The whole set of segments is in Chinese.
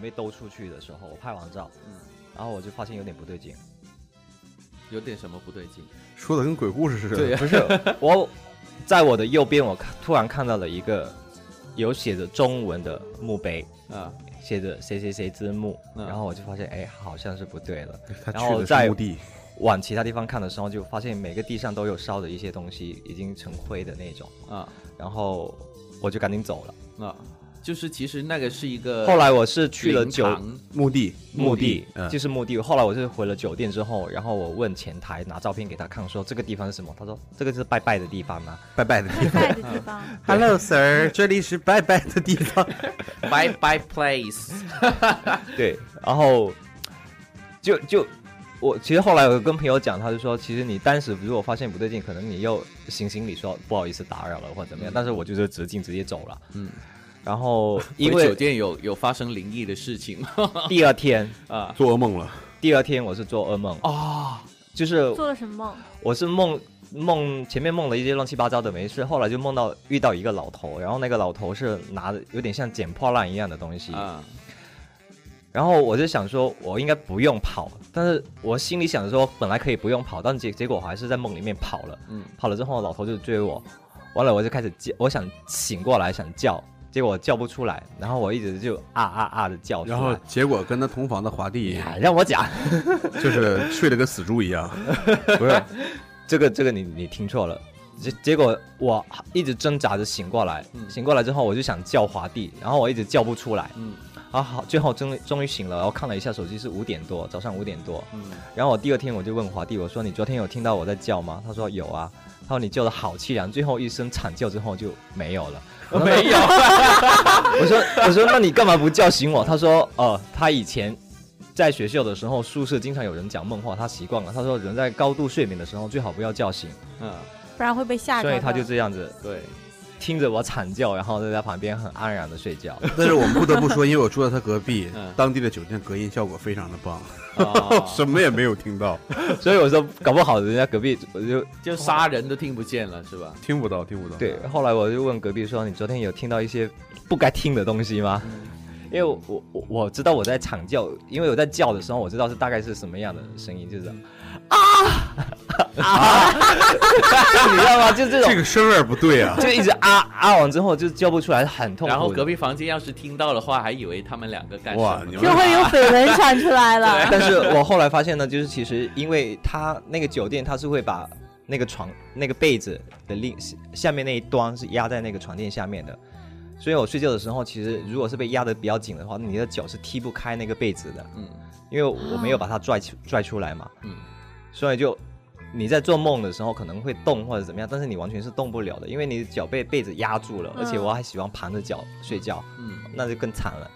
被兜出去的时候，我拍完照，嗯，然后我就发现有点不对劲。有点什么不对劲？说的跟鬼故事似的。对，呀、不是， 我在我的右边，我看突然看到了一个有写着中文的墓碑，啊，写着谁谁谁之墓，嗯然后我就发现，哎，好像是不对了。哎他然后去的在是墓地，往其他地方看的时候，就发现每个地上都有烧的一些东西，已经成灰的那种。啊，然后我就赶紧走了。啊，就是其实那个是一个后来我是去了灵酒堂墓地，墓地，嗯就是墓地。后来我是回了酒店之后，然后我问前台拿照片给他看，说这个地方是什么？他说这个是拜拜的地方啊 吗？拜拜的 地方。嗯拜的地方， Hello sir，这里是拜拜的地方。 ，Bye Bye Place，对，然后就就我其实后来我跟朋友讲，他就说，其实你当时如果发现不对劲，可能你又行行礼说不好意思打扰了或者怎么样，但是我就是直径直接走了。嗯，然 后因回酒为店有有发生灵异的事情吗？第二天，啊 做噩梦了，第二天我是做噩梦，啊，就是做了什么梦？我是梦梦前面梦了一些乱七八糟的没事，后来就梦到遇到一个老头，然后那个老头是拿着有点像捡破烂一样的东西，啊然后我就想说，我应该不用跑，但是我心里想着说，本来可以不用跑，但结结果我还是在梦里面跑了。嗯跑了之后，老头就追我，完了我就开始叫，我想醒过来想叫，结果我叫不出来，然后我一直就啊啊啊的叫出来。然后结果跟他同房的华你帝还让我讲就是睡得跟死猪一样，不是这个这个你你听错了。结结果我一直挣扎着醒过来，嗯醒过来之后我就想叫华帝，然后我一直叫不出来，嗯啊好，最后终于终于醒了，然后看了一下手机是五点多，早上五点多，嗯然后我第二天我就问华帝，我说你昨天有听到我在叫吗？他说有啊。他说你叫的好凄凉，最后一声惨叫之后就没有 了。 没有。我说我说那你干嘛不叫醒我？他说呃，他以前在学校的时候，宿舍经常有人讲梦话，他习惯了。他说人在高度睡眠的时候最好不要叫醒，啊，不然会被吓着所的。以他就这样子 对，听着我惨叫，然后就在旁边很安然的睡觉。 但是我们不得不说，因为我住在他隔壁嗯， 当地的酒店隔音效果非常的棒，啊什么也没有听到，所以我说搞不好人家隔壁我就就杀人都听不见了是吧？听不到，听不到。对，后来我就问隔壁说：“你昨天有听到一些不该听的东西吗？”因为我我我我知道我在惨叫，因为我在叫的时候，我知道是大概是什么样的声音，就是这样啊 啊，你知道吗？就这种这，个声儿不对啊， 就一直啊啊完之后就叫不出来，很痛苦的。然后隔壁房间要是听到的话，还以为他们两个干什哇么你呢们就会有绯闻传出来了。 但是我后来发现呢，就是其实因为他那个酒店，他是会把那个床那个被子的另下面那一端是压在那个床垫下面的，所以我睡觉的时候，其实如果是被压得比较紧的话，你的脚是踢不开那个被子的，嗯因为我没有把它拽出拽出来嘛，嗯所以就。你在做梦的时候可能会动或者怎么样，但是你完全是动不了的，因为你的脚被被子压住了，而且我还喜欢盘着脚睡觉，嗯，那就更惨了，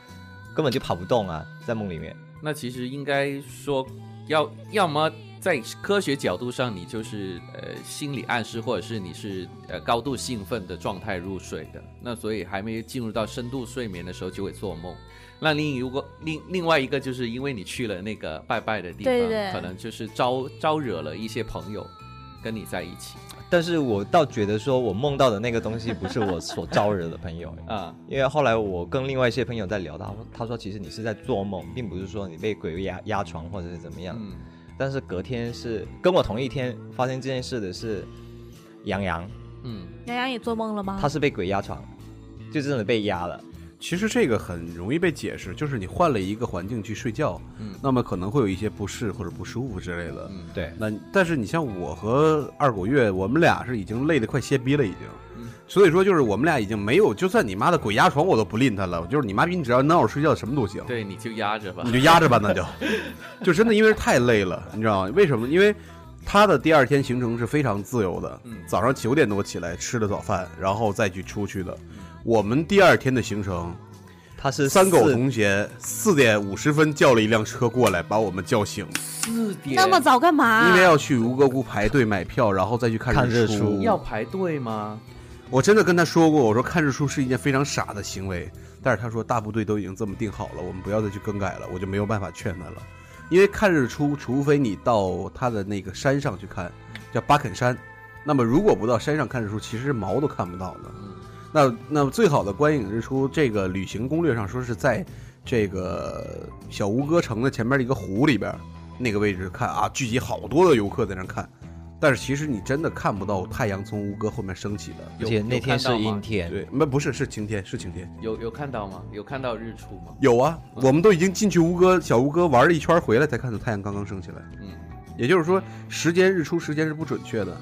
根本就跑不动啊，在梦里面。那其实应该说要要么。在科学角度上，你就是呃心理暗示，或者是你是呃高度兴奋的状态入睡的，那所以还没进入到深度睡眠的时候就会做梦。那另一个另另外一个就是因为你去了那个拜拜的地方，对对对可能就是招招惹了一些朋友跟你在一起但是我倒觉得说，我梦到的那个东西不是我所招惹的朋友 啊，啊，因为后来我跟另外一些朋友在聊，他说他说其实你是在做梦，并不是说你被鬼压压床或者是怎么样。嗯但是隔天是跟我同一天发生这件事的是杨洋，嗯，洋洋也做梦了吗？他是被鬼压床，就真的被压了。其实这个很容易被解释，就是你换了一个环境去睡觉，嗯那么可能会有一些不适或者不舒服之类的。嗯对，那但是你像我和二狗月，我们俩是已经累得快歇逼了，已经。嗯所以说，就是我们俩已经没有，就算你妈的鬼压床，我都不吝他了。就是你妈逼，你只要能让我睡觉，什么都行，对，你就压着吧你。就压着吧，那就，就真的因为太累了，你知道吗？为什么？因为他的第二天行程是非常自由的，嗯早上九点多起来吃了早饭，然后再去出去的。嗯我们第二天的行程他是三狗四同学四点五十分叫了一辆车过来，把我们叫醒，四点那么早干嘛？因为要去吴哥窟排队买票，然后再去看看日出出。要排队吗？我真的跟他说过，我说看日出是一件非常傻的行为，但是他说大部队都已经这么定好了，我们不要再去更改了，我就没有办法劝他了。因为看日出，除非你到他的那个山上去看，叫巴肯山。那么如果不到山上看日出，其实是毛都看不到的。嗯那那最好的观影日出，这个旅行攻略上说是在这个小吴哥城的前面的一个湖里边儿那个位置看啊，聚集好多的游客在那儿看，但是其实你真的看不到太阳从吴哥后面升起的。而有且那天有看到是阴吗天，对，那不是是晴天，是晴天。有有看到吗？有看到日出吗？有啊，我们都已经进去吴哥小吴哥玩了一圈回来，才看到太阳刚刚升起来。嗯，也就是说，时间日出时间是不准确的。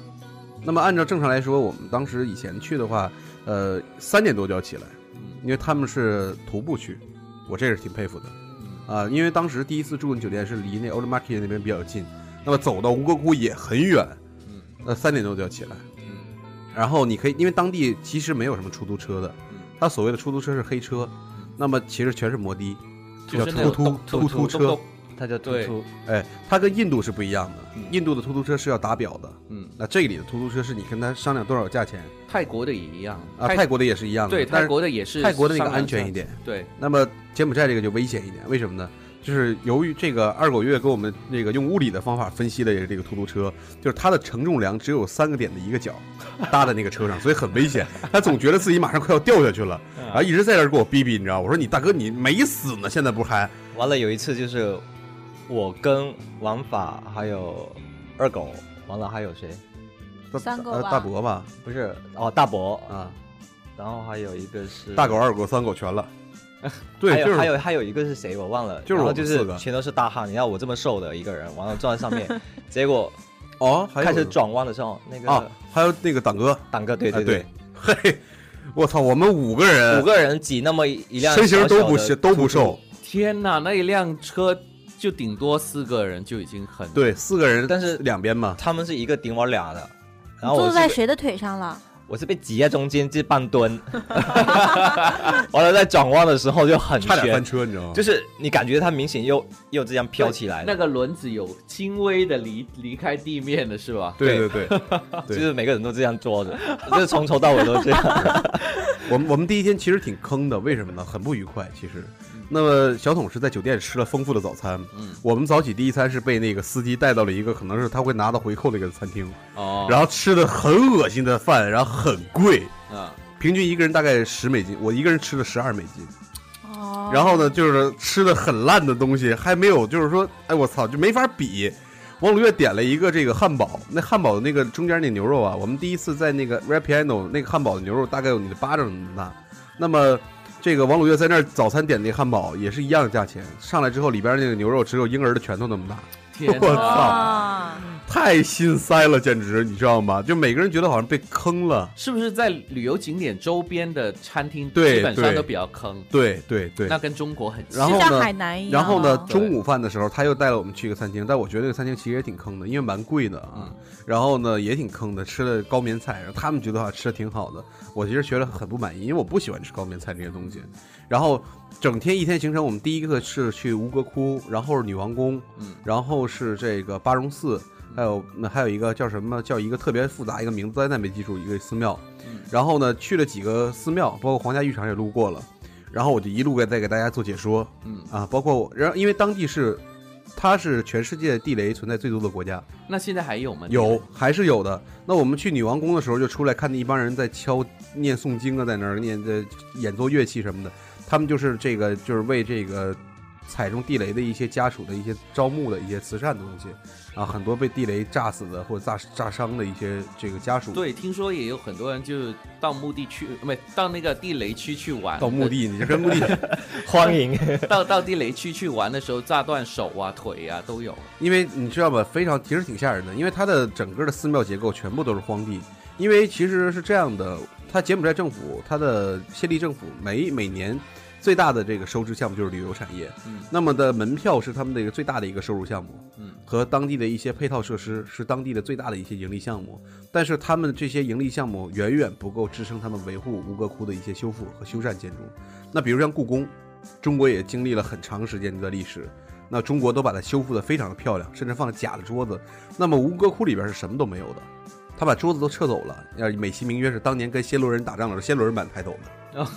那么按照正常来说，我们当时以前去的话，呃，三点多就要起来，因为他们是徒步去，我这也是挺佩服的。啊、因为当时第一次住的酒店是离那 Old Market 那边比较近，那么走到吴哥窟也很远，嗯那三点多就要起来。嗯然后你可以，因为当地其实没有什么出租车的，嗯，它所谓的出租车是黑车，那么其实全是摩的，就叫就是那种突突咚突咚突咚车咚咚它叫突对突，哎，它跟印度是不一样的。印度的出租车是要打表的，嗯，那这里的出租车是你跟他商量多少价钱泰国的也一样啊？泰国的也是一样的，对但泰是国的也是泰国的那个上安全上一点。对那么柬埔寨这个就危险一点，为什么呢？就是由于这个二狗月给我们这个用物理的方法分析的也是这个出租车，就是它的承重梁只有三个点的一个角搭在那个车上，所以很 危险。他总觉得自己马上快要掉下去了，嗯然后一直在这儿给我逼逼，你知道？我说你大哥你没死呢，现在不是还？完了有一次就是我跟王法还有二狗，完了还有谁？大三个呃吧大伯吧，不是哦，大伯，啊，然后还有一个是大狗、二狗、三狗 全了。对还，有就是还有还有一个是谁我忘了，就是然后我们就四是个全都是大汉，你看我这么瘦的一个人，完了坐在上 面，结果哦，还有开始转弯的时候，那啊个，还有那个党哥，党哥对啊对对，嘿，我操，我们五个人，五个人挤那么一辆身形小小都不的小都不瘦，天哪，那一辆车就顶多四个人就已经很对，四个人，但是两边嘛，他们是一个顶我俩的，然后坐我在是谁的腿上了？我是被挤在中间，这半 蹲，完了在转弯的时候就很差点悬翻，车，你知道吗？就是你感觉他明显又又这样飘起来那了，个轮子有轻微的离离开地面的是吧？对 对对，就对是每个人都这样坐 着，就是从头到尾都这样。我们我们第一天其实挺坑的，为什么呢？很不愉快，其实。嗯那么小桶是在酒店吃了丰富的早餐，嗯我们早起第一餐是被那个司机带到了一个可能是他会拿到回扣的一个餐厅，哦，然后吃的很恶心的饭，然后很贵，后啊，平均一个人大概十美金，我一个人吃了十二美金。哦，然后呢，就是吃的很烂的东西，还没有，就是说，哎，我操，就没法比。王鲁月点了一个这个汉堡，那汉堡的那个中间那牛肉啊，我们第一次在那个 Red Piano 那个汉堡的牛肉大概有你的巴掌那么大。那么这个王鲁月在那儿早餐点那汉堡也是一样的价钱，上来之后里边那个牛肉只有婴儿的拳头那么大，天我哪，操，哇，太心塞了，简直你知道吗？就每个人觉得好像被坑了。是不是在旅游景点周边的餐厅对基本上对都比较坑？对对对，那跟中国很像然后就呢像海南一样。然后呢，哦中午饭的时候他又带了我们去一个餐厅，但我觉得这个餐厅其实也挺坑的，因为蛮贵的啊。嗯然后呢，也挺坑的，吃了高棉菜，然后他们觉得好像吃的挺好的，我其实觉得很不满意，因为我不喜欢吃高棉菜这些东西。然后整天一天行程，我们第一个是去吴哥窟，然后是女王宫，嗯然后是这个巴戎寺，还有那还有一个叫什么叫一个特别复杂一个名字，但没记住一个寺庙。嗯然后呢，去了几个寺庙，包括皇家浴场也路过了。然后我就一路给在给大家做解说，嗯，啊，包括我，然后因为当地是，它是全世界地雷存在最多的国家，那现在还有吗？有还是有的。那我们去女王宫的时候，就出来看那一帮人在敲念诵经啊，在那儿念的演奏乐器什么的，他们就是这个就是为这个踩中地雷的一些家属的一些招募的一些慈善的东西啊，很多被地雷炸死的或者炸炸伤的一些这个家属。对，听说也有很多人就是到墓地去，没到那个地雷区去玩，到墓地，你就跟墓地，欢迎，到到地雷区去玩的时候，炸断手啊、腿啊都有。因为你知道吧，非常其实挺吓人的，因为它的整个的寺庙结构全部都是荒地。因为其实是这样的，它柬埔寨政府，它的县地政府每每年最大的这个收支项目就是旅游产业，嗯那么的门票是他们的一个最大的一个收入项目，嗯，和当地的一些配套设施是当地的最大的一些盈利项目，但是他们这些盈利项目远远不够支撑他们维护吴哥窟的一些修复和修缮建筑。那比如像故宫，中国也经历了很长时间的历史，那中国都把它修复的非常的漂亮，甚至放了假的桌子。那么吴哥窟里边是什么都没有的，他把桌子都撤走了，呃，美其名曰是当年跟暹罗人打仗的时候暹罗人把它抬走的。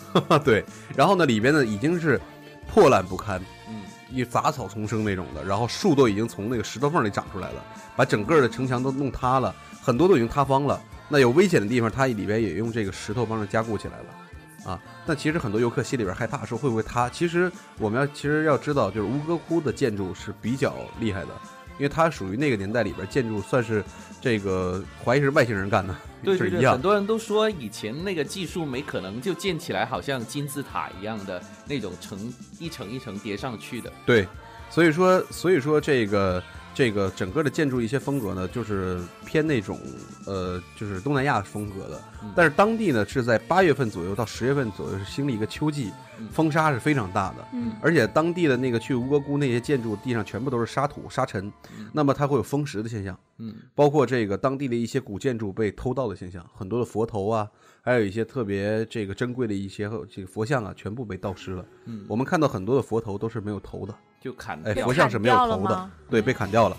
对，然后呢，里边呢已经是破烂不堪，嗯，一杂草丛生那种的，然后树都已经从那个石头缝里长出来了，把整个的城墙都弄塌了，很多都已经塌方了。那有危险的地方，它里边也用这个石头帮着加固起来了。啊。但其实很多游客心里边害怕，说会不会塌？其实我们要其实要知道，就是吴哥窟的建筑是比较厉害的，因为它属于那个年代里边建筑算是这个怀疑是外星人干的，对 是对一对，样很。多人都说以前那个技术没可能就建起来，好像金字塔一样的那种层一层一层叠上去的。对，所以说，所以说这个这个整个的建筑一些风格呢，就是偏那种呃，就是东南亚风格的嗯。但是当地呢是在八月份左右到十月份左右是经历一个秋季嗯，风沙是非常大的。嗯而且当地的那个去吴哥窟那些建筑地上全部都是沙土沙尘嗯，那么它会有风蚀的现象，嗯，包括这个当地的一些古建筑被偷盗的现象，很多的佛头啊，还有一些特别这个珍贵的一些这个佛像啊，全部被盗失了。嗯我们看到很多的佛头都是没有头的，就砍哎，被掉佛我。像砍是没有掉了头的吗，对，被砍掉了。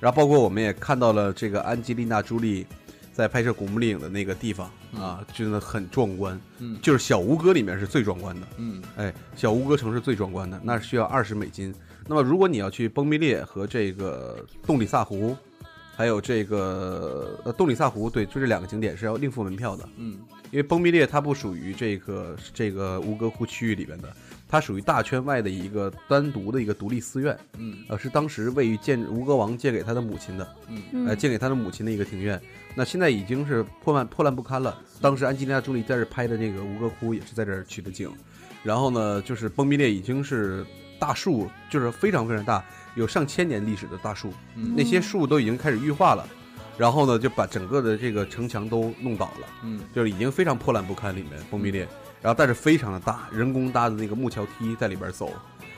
然后包括我们也看到了这个安吉丽娜·朱莉在拍摄《古墓丽影》的那个地方啊，真的很壮观，嗯就是小吴哥里面是最壮观的。嗯哎，小吴哥城是最壮观的，那是需要二十美金。那么如果你要去崩壁列和这个洞里萨湖，还有这个呃洞里萨湖，对，就这两个景点是要另付门票的，嗯因为崩壁列它不属于这个这个吴哥窟区域里边的，它属于大圈外的一个单独的一个独立寺院，嗯呃，是当时位于建吴哥王借给他的母亲的，嗯嗯呃，建给他的母亲的一个庭院。那现在已经是破烂破烂不堪了。当时安吉丽娜·朱莉在这儿拍的那个吴哥窟也是在这儿取的景，然后呢，就是崩壁列已经是大树，就是非常非常大，有上千年历史的大树，嗯那些树都已经开始玉化了，然后呢，就把整个的这个城墙都弄倒了。嗯就是已经非常破烂不堪，里面崩壁裂，然后但是非常的大，人工搭的那个木桥梯在里边走。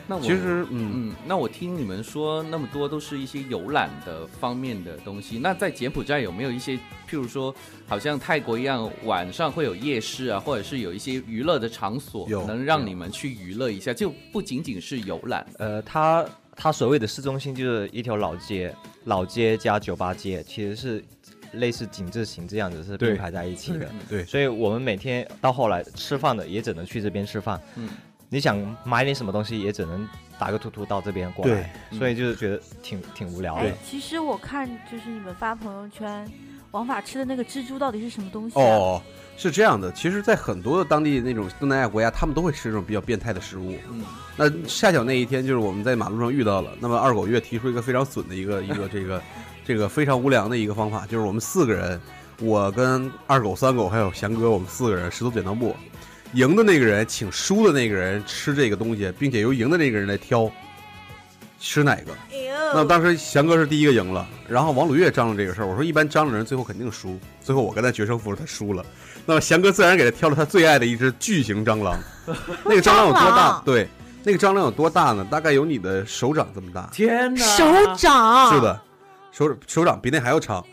那我其实，嗯，嗯，那我听你们说那么多都是一些游览的方面的东西。那在柬埔寨有没有一些，譬如说，好像泰国一样，晚上会有夜市啊，或者是有一些娱乐的场所，有能让你们去娱乐一下，就不仅仅是游览。呃，它它所谓的市中心就是一条老街，老街加酒吧街，其实是类似景致型这样子是对并排在一起的。对，所以我们每天到后来吃饭的也只能去这边吃饭，嗯你想买点什么东西也只能打个突突到这边过来，对所以就是觉得挺挺无聊哎的。，其实我看就是你们发朋友圈，王法吃的那个蜘蛛到底是什么东西、啊？哦，是这样的。其实，在很多的当地那种东南亚国家，他们都会吃这种比较变态的食物。嗯那恰巧那一天就是我们在马路上遇到了，那么二狗月提出一个非常损的一个一个这个 这个非常无良的一个方法，就是我们四个人，我跟二狗、三狗还有翔哥，我们四个人石头剪刀布，赢的那个人请输的那个人吃这个东西，并且由赢的那个人来挑吃哪个。哎呦，那当时翔哥是第一个赢了，然后王鲁月张罗这个事儿，我说一般张罗人最后肯定输，最后我跟他决胜负了，他输了。那么翔哥自然给他挑了他最爱的一只巨型蟑 螂，那个蟑螂有多蟑大螂？对，那个蟑螂有多大呢？大概有你的手掌这么大，天手掌是，的，手手掌比那还要长，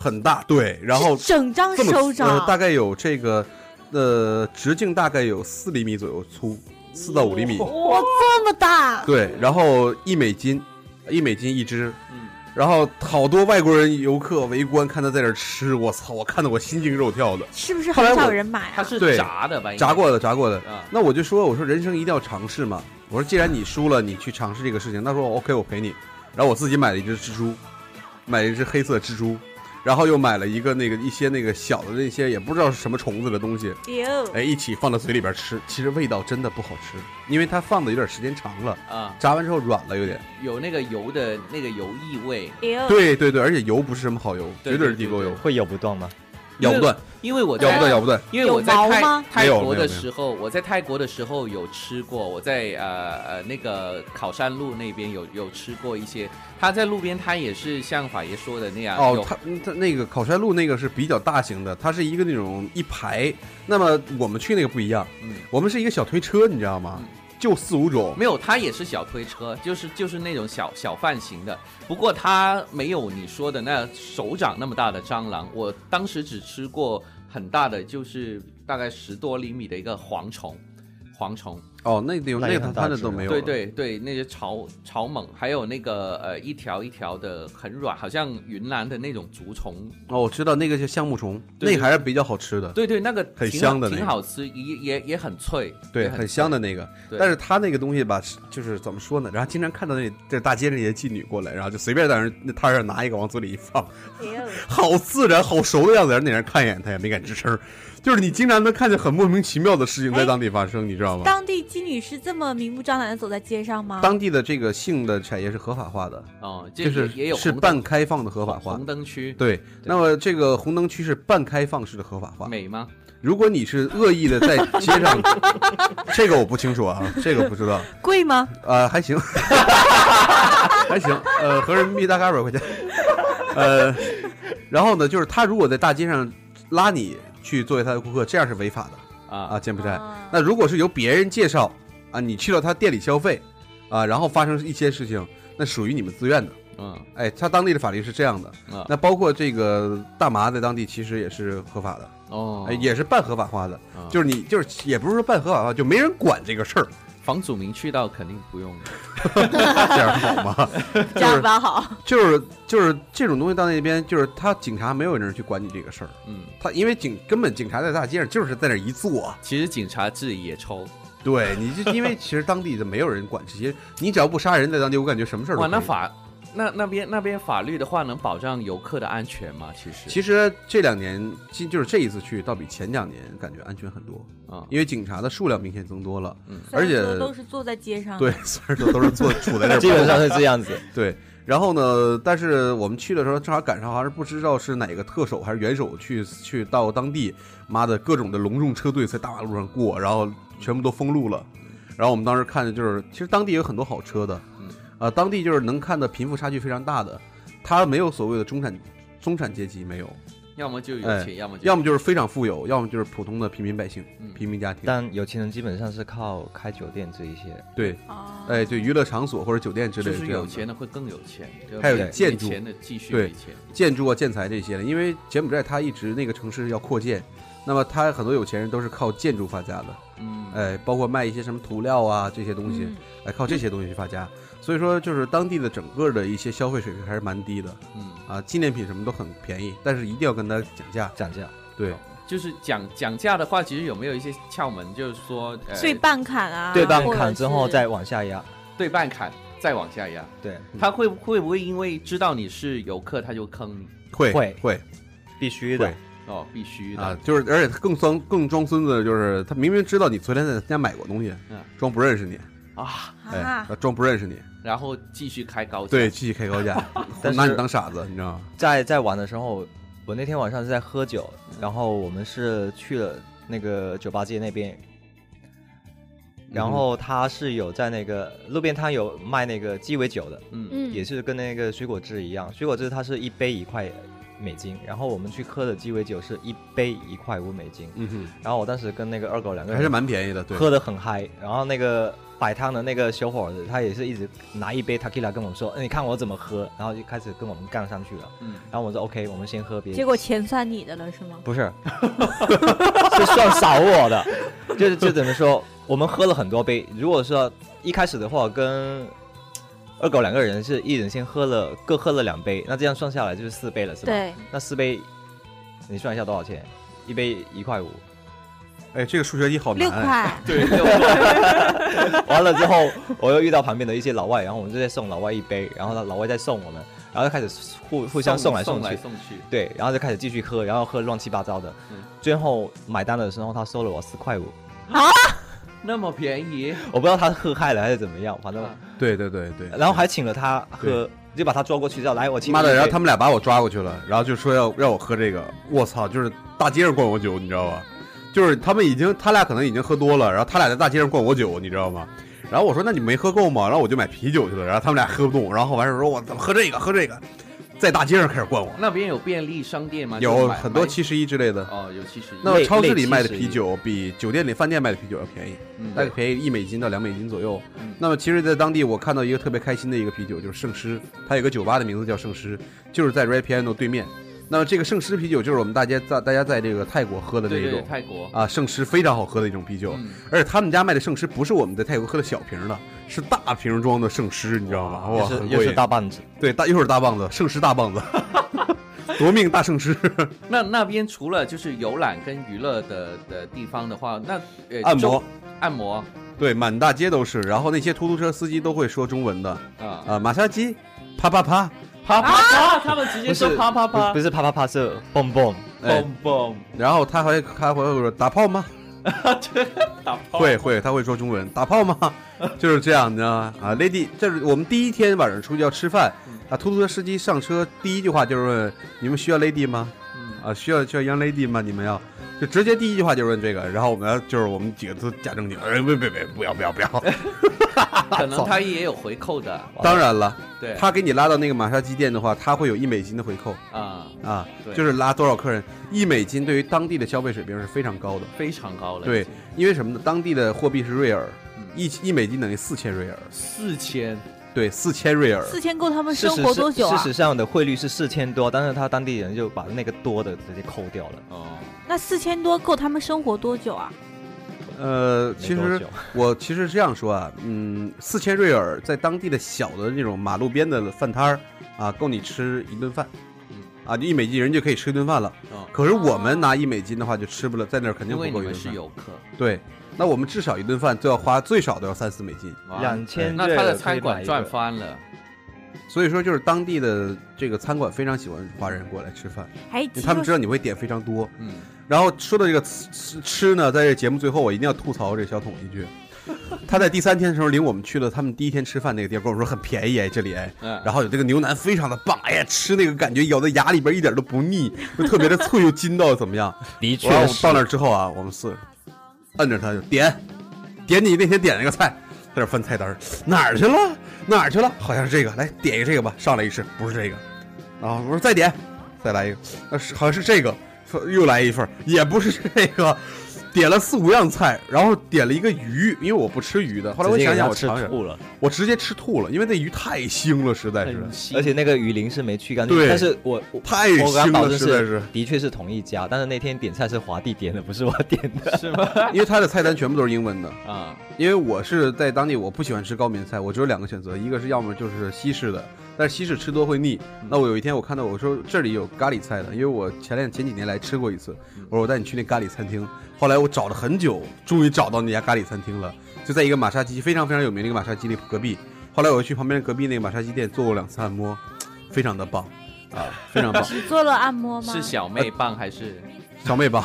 很大。对，然后整张这么粗手掌，呃，大概有这个呃直径大概有四厘米左右粗，四到五厘米。哇，这么大，对，然后一美金，一美金一只，嗯然后好多外国人游客围观，看他在这儿吃，我操！我看得我心惊肉跳的。是不是后来很少我有人买它啊？是对炸的吧？应该炸过的，炸过的。啊，那我就说，我说人生一定要尝试嘛。我说既然你输了，你去尝试这个事情。他说 OK，我陪你。然后我自己买了一只蜘蛛，买了一只黑色蜘蛛，然后又买了一个那个一些那个小的那些也不知道是什么虫子的东西，哎呦，哎，一起放到嘴里边吃。其实味道真的不好吃，因为它放的有点时间长了，啊，炸完之后软了有点。有那个油的那个油异味。哎 呦，对对对，而且油不是什么好油，对绝对是对地沟对油，会咬不断吗？咬不断，因为我咬在不断，咬不断。因为我在有毛泰吗泰国没有没有没的有时候，我在泰国的时候有吃过，我在呃呃那个考山路那边有有吃过一些。他在路边摊也是像法爷说的那样，哦哎有，它它那个考山路那个是比较大型的，它是一个那种一排。那么我们去那个不一样，嗯我们是一个小推车，你知道吗嗯？就四五种，没有，它也是小推车，就是就是那种小小贩型的，不过它没有你说的那手掌那么大的蟑螂。我当时只吃过很大的，就是大概十多厘米的一个蝗虫，蝗虫哦，那有那那也个很他大的只啊都了没有了，对对对，那些草草蜢，还有那个呃一条一条的很软，好像云南的那种竹虫。哦，我知道那个叫橡木虫，对对那个还是比较好吃的，对对，那个很挺香好的那挺个好吃，也也也很脆，对，也很香的那个。对但是他那个东西吧，是就是怎么说呢？然后经常看到那这大街上一些妓女过来，然后就随便在那那摊上拿一个往嘴里一放，也有好自然、好熟的样子，然后那人看一眼，他也没敢吱声儿。就是你经常能看见很莫名其妙的事情在哎当地发生，你知道吗？当地妓女是这么明目张胆的走在街上吗？当地的这个性的产业是合法化的，哦，这就是也也有是红灯半开放的合法化红。灯区对，那么这个红灯区是半开放式的合法化。美吗？如果你是恶意的在街上， 这个我不清楚啊，这个不知道。贵吗？呃，还行， 还行，呃，合人民币大概二百块钱，呃，然后呢，就是他如果在大街上拉你去作为他的顾客，这样是违法的啊，啊，柬埔寨。啊那如果是由别人介绍啊，你去到他店里消费啊，然后发生一些事情，那属于你们自愿的。嗯哎，他当地的法律是这样的，啊那包括这个大麻在当地其实也是合法的，哦哎，，也是半合法化的，啊就是你就是也不是说半合法化，就没人管这 个事儿，房祖名去到肯定不用的，这样好吗？这样吧好，就是就是这种东西到那边，就是他警察没有人去管你这个事儿，嗯，他因为警根本警察在大街上就是在那儿一坐，其实警察自己也抽，对，你就因为其实当地就没有人管这些，你只要不杀人，在当地我感觉什么事儿都哇，那可以。法那那边那边法律的话，能保障游客的安全吗？其实其实这两年，今就是这一次去，倒比前两年感觉安全很多，啊，因为警察的数量明显增多了。而虽且然说都是坐在街上，啊对，，虽然说都是坐杵在那儿， 基本上是这样子。对。然后呢，但是我们去的时候正好赶上，还是不知道是哪个特首还是元首去去到当地，妈的各种的隆重车队在大马路上过，然后全部都封路了。然后我们当时看的就是，其实当地有很多好车的嗯，呃，当地就是能看的贫富差距非常大的，它没有所谓的中产中产阶级没有，要么就有哎钱，要么就要么就是非常富有，要么就是普通的平民百姓、嗯平民家庭。但有钱人基本上是靠开酒店这一些，对，哦哎，对，娱乐场所或者酒店之类就的这是样有的，钱的会更有钱，就还有没建筑没钱的继续对没钱，建筑啊、建材这些的，因为柬埔寨它一直那个城市要扩建，那么它很多有钱人都是靠建筑发家的，嗯，哎，包括卖一些什么涂料啊这些东西，嗯哎，靠这些东西去发家。所以说，就是当地的整个的一些消费水平还是蛮低的嗯，啊，纪念品什么都很便宜，但是一定要跟他讲价。涨价。对，就是讲讲价的话，其实有没有一些窍门，就是说哎呃所以半砍啊，对半或者砍之后是啊再往下压，对半砍再往下压，对，嗯他会会不会因为知道你是游客，他就坑你？会会会必须的哦，必须的。啊，就是而且更装更装孙子的就是，他明明知道你昨天在他家买过东西嗯，装不认识你，啊，哎啊，，装不认识你，然后继续开高价。对，继续开高价，但是拿你当傻子，你知道吗？在在玩的时候，我那天晚上是在喝酒，然后我们是去了那个酒吧街那边，然后他是有在那个路边摊有卖那个鸡尾酒的，嗯，嗯，也是跟那个水果汁一样，水果汁它是一杯一块美金，然后我们去喝的鸡尾酒是一杯一块五美金，嗯哼，然后我当时跟那个二狗两个人还是蛮便宜的，对。喝的很嗨，然后那个摆摊的那个小伙子，他也是一直拿一杯 tequila 跟我们说，哎你看我怎么喝，然后就开始跟我们杠上去了。嗯然后我说 OK，我们先喝别的。结果钱算你的了是吗？不是， 是算少我的，就是就怎么说，我们喝了很多杯。如果说一开始的话，跟二狗两个人是一人先喝了各喝了两杯，那这样算下来就是四杯了，是吧？。对，那四杯，你算一下多少钱？一杯一块五。哎，这个数学题好难、六哎。块，对，六 完了之后，我又遇到旁边的一些老外，然后我们就在送老外一杯，然后他老外再送我们，然后就开始互互相送来送送去，送去。对，然后就开始继续喝，然后喝乱七八糟的嗯。最后买单的时候，他收了我四块五，那么便宜，我不知道他喝嗨了还是怎么样，反正啊对对对对。然后还请了他喝，就把他抓过去叫来我请你妈一杯。的，然后他们俩把我抓过去了，然后就说要让我喝这个，我操，就是大街上灌我酒，你知道吧？就是他们已经，他俩可能已经喝多了，然后他俩在大街上灌我酒，你知道吗？然后我说那你没喝够吗？然后我就买啤酒去了，然后他们俩喝不动，然后完事儿说我怎么喝这个喝这个，在大街上开始灌我，那边有便利商店吗？啊就有买很多买七十一之类的。哦，有七十一。那类么超市里卖的类啤酒比酒店里饭店卖的啤酒要便宜，嗯大概便宜一美金到两美金左右嗯。那么其实，在当地我看到一个特别开心的一个啤酒，就是圣诗，它有个酒吧的名字叫圣诗，就是在 Red Piano 对面。那么这个圣狮啤酒就是我们大家在大家在这个泰国喝的这对一对，种泰国，啊，圣狮非常好喝的一种啤酒。嗯，而且他们家卖的圣狮不是我们在泰国喝的小瓶的，是大瓶装的圣狮，你知道吗？哇，又很是过又瘾是。大棒子，对，大一会儿大棒子，圣狮大棒子， 夺命大圣 狮，那那边除了就是游览跟娱乐的的地方的话，那呃按中摩，按摩对，满大街都是。然后那些出租车司机都会说中文的，啊啊，马杀鸡，啪啪啪，啪啪。啊！他们直接不说是啪啪不啪不，是啪啪啪，是蹦蹦。哎嘣嘣，然后他还他还会说打炮吗？打炮会会，他会说中文，打 炮吗？就是这样，你知道吗？啊，lady，这是我们第一天晚上出去要吃饭嗯，啊，出租车司机上车第一句话就是问你们需要 lady 吗？嗯啊，需要需要 young lady 吗？你们要就直接第一句话就问这个，然后我们要就是我们几个都假正经，哎，别别别，不要不要不 要。可能他也有回扣的，当然了，对，他给你拉到那个马杀鸡店的话，他会有一美金的回扣啊，啊，对就是拉多少客人，一美金对于当地的消费水平是非常高的。非常高了，对，因为什么呢？当地的货币是瑞尔嗯，一一美金等于四千瑞尔，四千对，四千瑞尔。四千够他们事生实是活多久啊事？实上的汇率是四千多，但是他当地人就把那个多的直接扣掉了。哦，那四千多够他们生活多久啊？呃，没其多实久我其实是这样说啊，嗯，四千瑞尔在当地的小的那种马路边的饭摊儿啊，够你吃一顿饭嗯，啊，就一美金人就可以吃一顿饭了。哦可是我哦们拿一美金的话，就吃不了，在那儿肯定因不为你够一们顿是饭。游客，对，那我们至少一顿饭都要花最少都要三四美金，哇两千那瑞他的尔可以餐馆买一赚个翻了，所以说就是当地的这个餐馆非常喜欢华人过来吃饭，还因为听他们说知道你会点非常多。嗯，然后说到这个吃吃吃呢，在这节目最后，我一定要吐槽这小桶一句。他在第三天的时候领我们去了他们第一天吃饭那个地方，跟我说很便宜哎，这里哎，嗯然后有这个牛腩非常的棒，哎呀，吃那个感觉咬在牙里边一点都不腻，就特别的脆又筋道，怎么样？的然后到那儿之后啊，我们四个摁着他就点，点你那天点那个菜，在那儿翻菜单儿，哪儿去了？哪儿去了？好像是这个，来点一个这个吧。上来一试，不是这个，然啊后我说再点，再来一个，呃，是好像是这个，说又来一份儿，也不是这个。点了四五样菜，然后点了一个鱼，因为我不吃鱼的。后来直我接想给想，他我尝吃尝，吐了，我直接吃吐了，因为那鱼太腥了，实在是很新而且那个鱼鳞是没去干净对。但是我我太我敢腥保了，证实在是 是。，的确是同一家，但是那天点菜是华帝点的，不是我点的。是吗？因为他的菜单全部都是英文的，啊，因为我是在当地，我不喜欢吃高棉菜，我只有两个选择，一个是要么就是西式的，但是西式吃多会腻。那我有一天我看到我说这里有咖喱菜的，因为我前两前几年来吃过一次，我说我带你去那咖喱餐厅。后来我找了很久，终于找到那家咖喱餐厅了，就在一个马杀鸡非常非常有名的一个马杀鸡的隔壁。后来我又去旁边隔壁那个马杀鸡店做过两次按摩，非常的棒啊，非常 棒，只做了按摩吗？是小妹棒还是小妹棒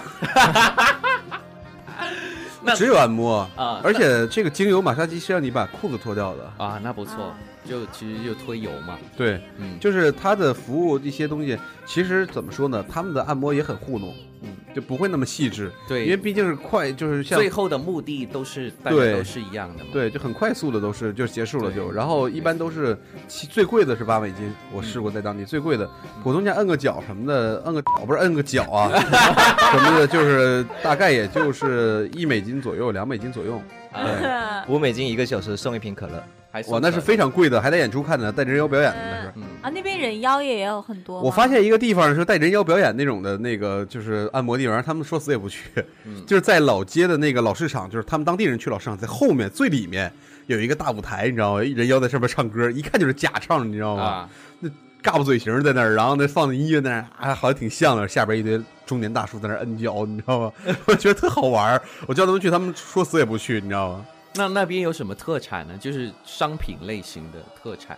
那。只有按摩，啊而且这个精油马杀鸡是让你把裤子脱掉的，啊？那不错啊，就其实就推油嘛，对，嗯，就是它的服务一些东西，其实怎么说呢，他们的按摩也很糊弄，嗯，就不会那么细致，因为对，毕竟是快，就是像最后的目的都是大家对都是一样的嘛，对，就很快速的都是就结束了对就，然后一般都是其最贵的是八美金，我嗯试过在当地最贵的，普通价摁个脚什么的，摁个脚不是摁个脚啊 什么的，就是大概也就是一美金左右，两美金左右，啊，哎五美金一个小时送一瓶可乐，还哇，那是非常贵的，还带演出看的，带人妖表演的那是。嗯 啊，那边人妖也有很多吗。我发现一个地方是带人妖表演那种的那个，就是按摩地方，他们说死也不去。嗯 就是在老街的那个老市场，就是他们当地人去老市场，在后面最里面有一个大舞台，你知道吗？人妖在上面唱歌，一看就是假唱，你知道吗？啊，嘎巴嘴型在那儿，然后那放的音乐在那儿，啊，好像挺像的。下边一堆中年大叔在那儿摁脚，你知 道吗？我觉得特好玩儿。我叫他们去，他们说死也不去，你知道吗？那那边有什么特产呢？就是商品类型的特产，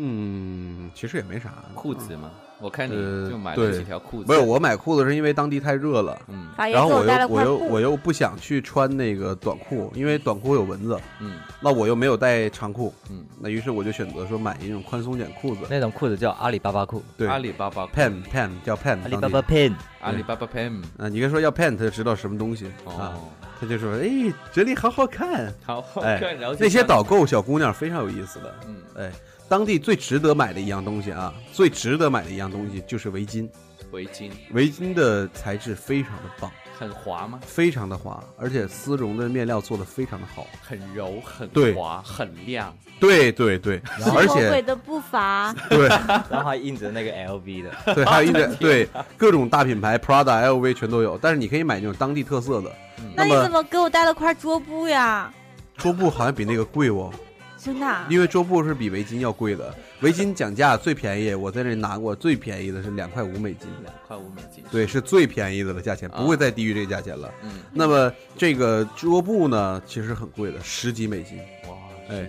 嗯，其实也没啥裤子吗？我看你呃就买了对几条裤子，不是，我买裤子是因为当地太热了。 嗯法爷然后哎给我又带了我块又布， 我又不想去穿那个短裤，因为短裤有蚊子，嗯那我又没有带长裤，嗯，那于是我就选择说买一种宽松点裤子， 那种裤子叫阿里巴巴裤，对阿里巴巴， ，pant pant 叫 pant，阿里巴巴 pin，阿里巴巴 Pam，啊，你跟说要 pant，他就知道什么东西啊，哦，他就说哎，这里好好看，好 好哎看，然后就那些像导购小姑娘非常有意思的，嗯哎，当地最值得买的一样东西啊，最值得买的一样东西就是围巾，围巾围巾的材质非常的棒，很滑吗？非常的滑，而且丝绒的面料做的非常的好。很柔，很对滑，很亮。对对对，而魔鬼且的步伐，对然后还印着那个 LV 的，对，还有一点对各种大品牌 Prada、LV 全都有，但是你可以买那种当地特色的。那你那么怎么给我带了块桌布呀？桌布好像比那个贵哦，真的啊？因为桌布是比围巾要贵的，围巾讲价最便宜，我在这拿过最便宜的是两块五美金，两块五美金。对，是最便宜的了，价钱啊不会再低于这个价钱了。嗯，那么这个桌布呢，其实很贵的，十几美金，哇，哎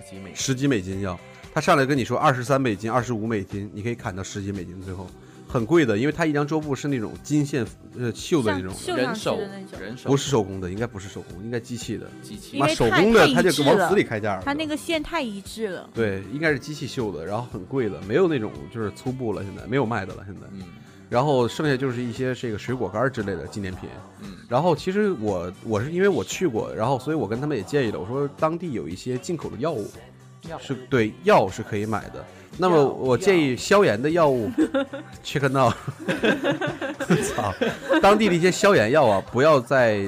十几美金，十几美金要。他上来跟你说二十三美金、二十五美金，你可以砍到十几美金，最后很贵的，因为他一张桌布是那种金线呃绣的那种像，绣上人去手的那种，人手不是手工的，应该不是手工，应该机器的。机器因妈为手太工的太他一就致往了死里开价了，它那个线太一致了。对，应该是机器绣的，然后很贵的，没有那种就是粗布了，现在没有卖的了，现在。嗯然后剩下就是一些这个水果干儿之类的纪念品。嗯然后其实我我是因为我去过，然后所以我跟他们也建议了，我说当地有一些进口的药物药是对药是可以买的。那么药我建议消炎的药物，check now，操，当地的一些消炎药啊，不要在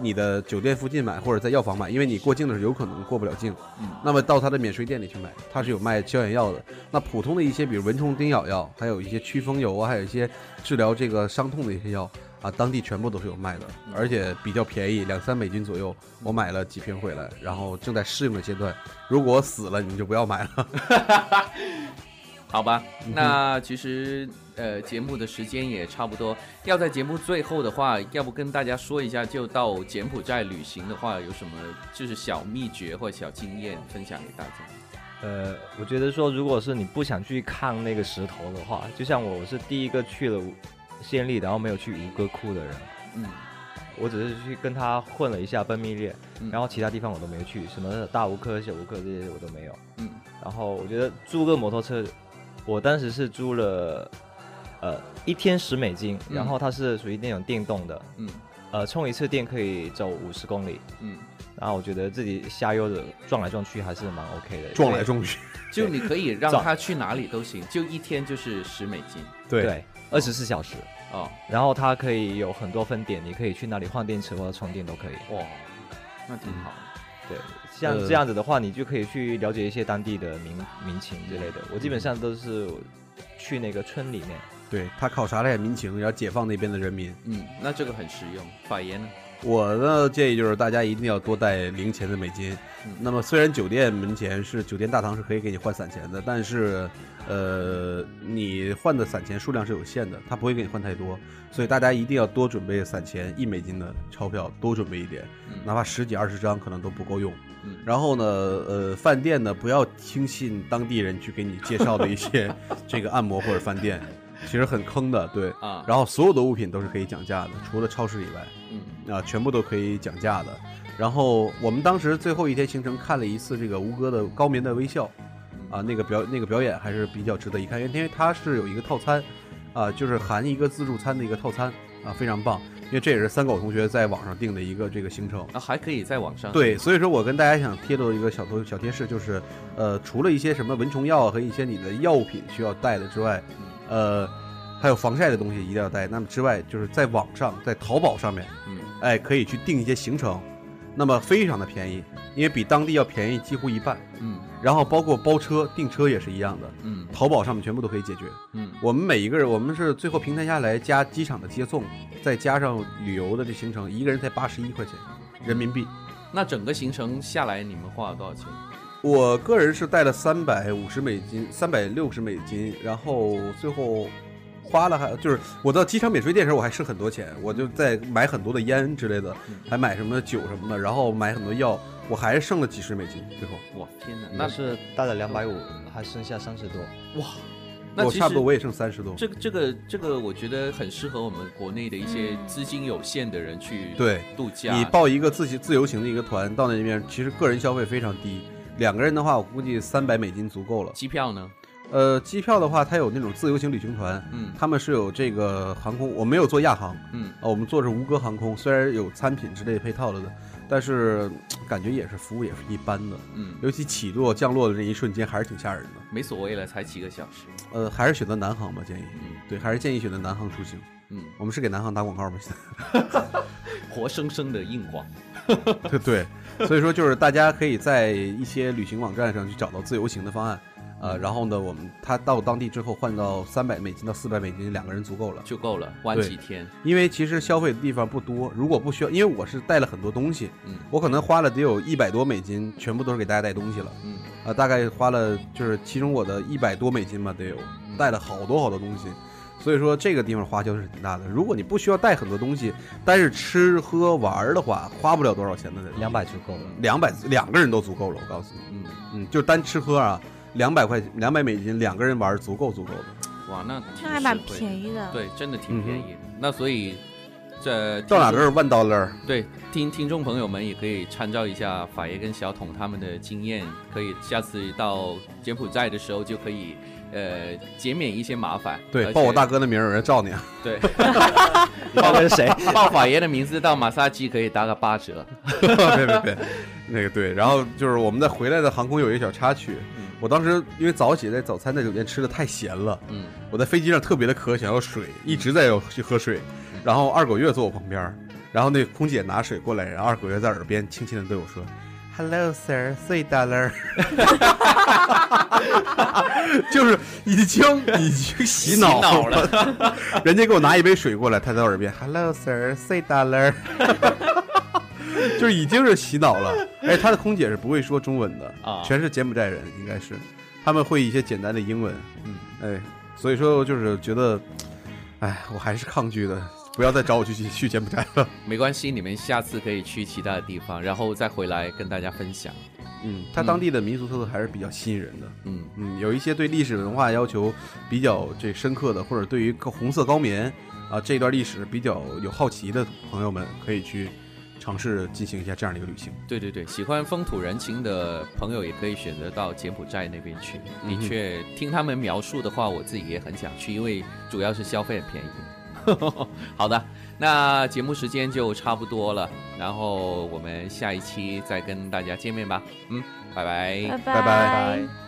你的酒店附近买或者在药房买，因为你过境的时候有可能过不了境。嗯那么到它的免税店里去买，它是有卖消炎药的。那普通的一些，比如蚊虫叮咬药，还有一些祛风油啊，还有一些治疗这个伤痛的一些药啊，当地全部都是有卖的，而且比较便宜，两三美金左右。我买了几瓶回来，然后正在试用的阶段。如果我死了，你们就不要买了。好吧，嗯那其实呃，节目的时间也差不多。要在节目最后的话，要不跟大家说一下，就到柬埔寨旅行的话，有什么就是小秘诀或小经验分享给大家？呃，我觉得说，如果是你不想去看那个石头的话，就像我，我是第一个去了县立，然后没有去吴哥窟的人，嗯我只是去跟他混了一下奔蜜列嗯，然后其他地方我都没有去，什么大吴科、小吴科这些我都没有。嗯然后我觉得租个摩托车，我当时是租了，呃，一天十美金，嗯然后它是属于那种电动的，嗯呃，充一次电可以走五十公里。嗯，然后我觉得自己瞎悠着撞来撞去还是蛮 OK 的，撞来撞去，就你可以让找他去哪里都行，就一天就是十美金对，二十四小时。哦，然后它可以有很多分点，你可以去那里换电池或者充电都可以。哇，那挺好的。对，像呃这样子的话，你就可以去了解一些当地的民民情之类的。嗯我基本上都是去那个村里面，对他考察了一下民情，然后解放那边的人民。嗯，那这个很实用。法爷呢？我的建议就是大家一定要多带零钱的美金。嗯那么虽然酒店门前是酒店大堂是可以给你换散钱的，但是呃，你换的散钱数量是有限的，他不会给你换太多，所以大家一定要多准备散钱，一美金的钞票多准备一点，嗯哪怕十几二十张可能都不够用。嗯然后呢，呃，饭店呢不要听信当地人去给你介绍的一些 这个按摩或者饭店，其实很坑的，对。啊，然后所有的物品都是可以讲价的，除了超市以外。嗯啊，全部都可以讲价的。然后我们当时最后一天行程看了一次这个吴哥的《高棉的微笑》，嗯啊，那个表那个表演还是比较值得一看，因为因为它是有一个套餐，啊，就是含一个自助餐的一个套餐，啊，非常棒。因为这也是三狗同学在网上定的一个这个行程。啊，还可以在网上对，所以说我跟大家想贴露一个小头小贴士，就是，呃，除了一些什么蚊虫药啊和一些你的药品需要带的之外，呃，还有防晒的东西一定要带。那么之外，就是在网上，在淘宝上面，嗯，哎，可以去定一些行程，那么非常的便宜，因为比当地要便宜几乎一半。嗯然后包括包车、订车也是一样的，嗯淘宝上面全部都可以解决。嗯我们每一个人，我们是最后平摊下来加机场的接送，再加上旅游的这行程，一个人才八十一块钱人民币。那整个行程下来，你们花了多少钱？我个人是带了三百五十美金，三百六十美金，然后最后花了还就是我到机场免税店的时候我还剩很多钱，我就在买很多的烟之类的，嗯还买什么酒什么的，然后买很多药，我还是剩了几十美金。最后哇，天哪！那那是带了两百五，还剩下三十多。哇，那我其差不多实我也剩三十多。这个这个这个，我觉得很适合我们国内的一些嗯资金有限的人去对度假。你报一个自己自由行的一个团到那边，其实个人消费非常低，两个人的话我估计三百美金足够了。机票呢？呃，机票的话，它有那种自由行旅行团，嗯他们是有这个航空，我没有坐亚航。嗯啊，我们坐着吴哥航空，虽然有餐品之类配套了的，但是嘖感觉也是服务也是一般的，嗯，尤其起落降落的那一瞬间还是挺吓人的。没所谓了，才几个小时。呃，还是选择南航吧，建议。嗯对，还是建议选择南航出行。嗯，我们是给南航打广告吗？ 现在活生生的硬广。对对，所以说就是大家可以在一些旅行网站上去找到自由行的方案，呃，然后呢，我们他到当地之后换到三百美金到四百美金，两个人足够了。就够了，玩对几天。因为其实消费的地方不多，如果不需要，因为我是带了很多东西，嗯我可能花了得有一百多美金，全部都是给大家带东西了，嗯啊、大概花了就是其中我的一百多美金吧，得有嗯带了好多好多东西，所以说这个地方花销是挺大的。如果你不需要带很多东西，但是吃喝玩儿的话，花不了多少钱的，两百足够了。两百两个人都足够了，我告诉你，嗯，嗯，就单吃喝啊，两百块两百美金，两个人玩儿足够足够的。哇，那那还蛮便宜。宜的。，对，真的挺便宜的。那所以这嗯到哪听都众是万刀勒儿，对，听听众朋友们也可以参照一下法爷跟小桶他们的经验，可以下次到柬埔寨的时候就可以，呃，减免一些麻烦。对，而报我且大哥的名儿，有人照你啊。对，报跟谁？报法爷的名字到马萨基可以打个八折。 别别别，那个对，然后就是我们在回来的航空有一个小插曲，我当时因为早起在早餐在酒店吃的太咸了，嗯我在飞机上特别的渴，想要水，一直在要去喝水，然后二狗月坐我旁边，然后那空姐拿水过来，然后二狗月在耳边轻轻的对我说。Hello, sir, three dollar。就是已经已经洗脑洗脑了， 人家给我拿一杯水过来，他在我耳边 Hello, sir, three dollar。就是已经是洗脑了。而且他的空姐是不会说中文的啊全是柬埔寨人，应该是他们会一些简单的英文。嗯，哎，所以说就是觉得，哎，我还是抗拒的。不要再找我去 去去柬埔寨了。没关系，你们下次可以去其他的地方，然后再回来跟大家分享。嗯，他当地的民俗特色还是比较吸引人的。嗯，嗯，有一些对历史文化要求比较这深刻的，或者对于红色高棉啊这段历史比较有好奇的朋友们，可以去尝试进行一下这样的一个旅行。对对对，喜欢风土人情的朋友也可以选择到柬埔寨那边去。的嗯哼确，听他们描述的话，我自己也很想去，因为主要是消费很便宜。 好的，那节目时间就差不多了，然后我们下一期再跟大家见面吧。嗯，拜拜拜拜拜